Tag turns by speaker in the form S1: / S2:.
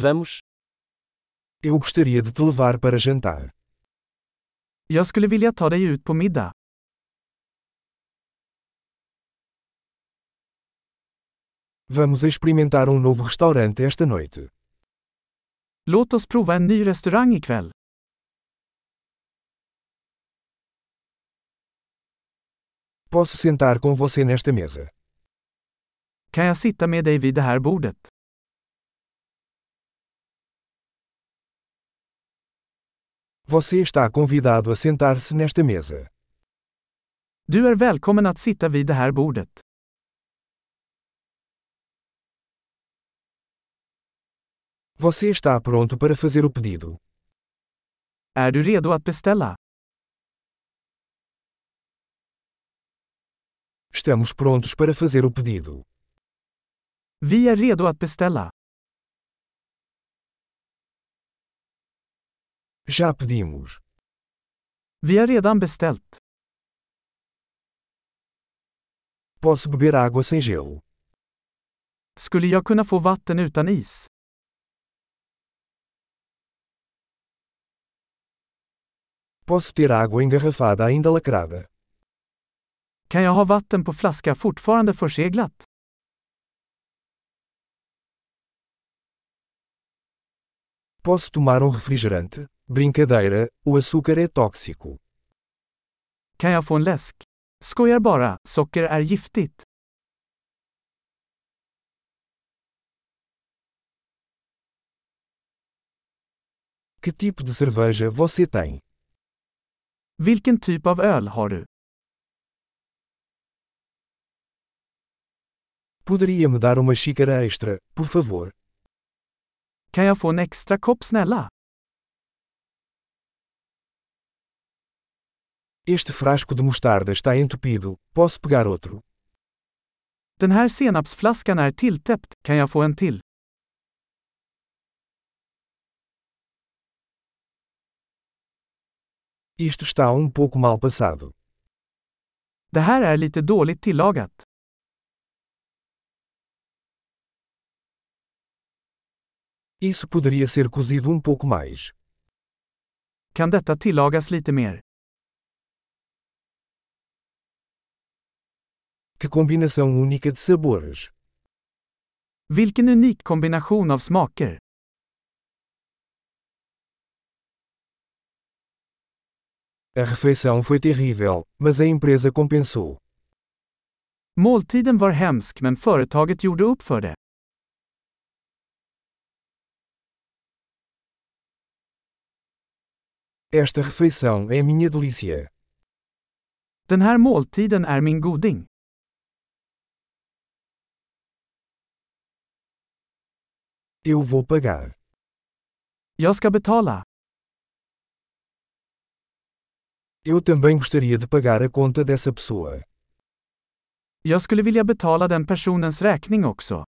S1: Vamos.
S2: Eu gostaria de te levar para jantar.
S3: Jag skulle vilja ta dig ut på middag.
S2: Vamos experimentar um novo restaurante esta noite.
S3: Låt oss prova en ny restaurang ikväll.
S2: Posso sentar com você nesta mesa.
S3: Kan jag sitta med dig vid det här bordet?
S2: Você está convidado a sentar-se nesta mesa.
S3: Du är välkommen att sitta vid det här bordet.
S2: Você está pronto para fazer o pedido.
S3: Är du redo att beställa?
S2: Estamos prontos para fazer o pedido.
S3: Vi är redo att beställa.
S2: Já pedimos.
S3: Vi har redan beställt.
S2: Posso beber água sem gelo.
S3: Skulle jag kunna få vatten utan is?
S2: Posso ter água engarrafada ainda lacrada.
S3: Kan jag ha vatten på flaska fortfarande förseglat?
S2: Posso tomar um refrigerante? Brincadeira, o açúcar é tóxico.
S3: Kan jag få en läsk? Skojar bara, socker är giftigt.
S2: Que tipo de cerveja você tem?
S3: Vilken typ av öl har du?
S2: Poderia me dar uma xícara extra, por favor?
S3: Kan jag få en extra kopp snälla?
S2: Este frasco de mostarda está entupido, posso pegar outro?
S3: Den här senapsflaskan är tilltäppt, kan jag få en till?
S2: Isto está um pouco mal passado.
S3: Det här är lite dåligt tillagat.
S2: Isso poderia ser cozido um pouco mais.
S3: Kan detta tillagas lite mer?
S2: Que combinação única de sabores.
S3: Vilken unik kombination av smaker.
S2: A refeição foi terrível, mas a empresa compensou.
S3: Måltiden var hemsk men företaget gjorde upp för det.
S2: Esta refeição é minha delícia.
S3: Den här måltiden är min goding.
S2: Eu vou pagar.
S3: Jag ska betala.
S2: Eu também gostaria de pagar a conta dessa pessoa.
S3: Jag skulle vilja betala den personens räkning också.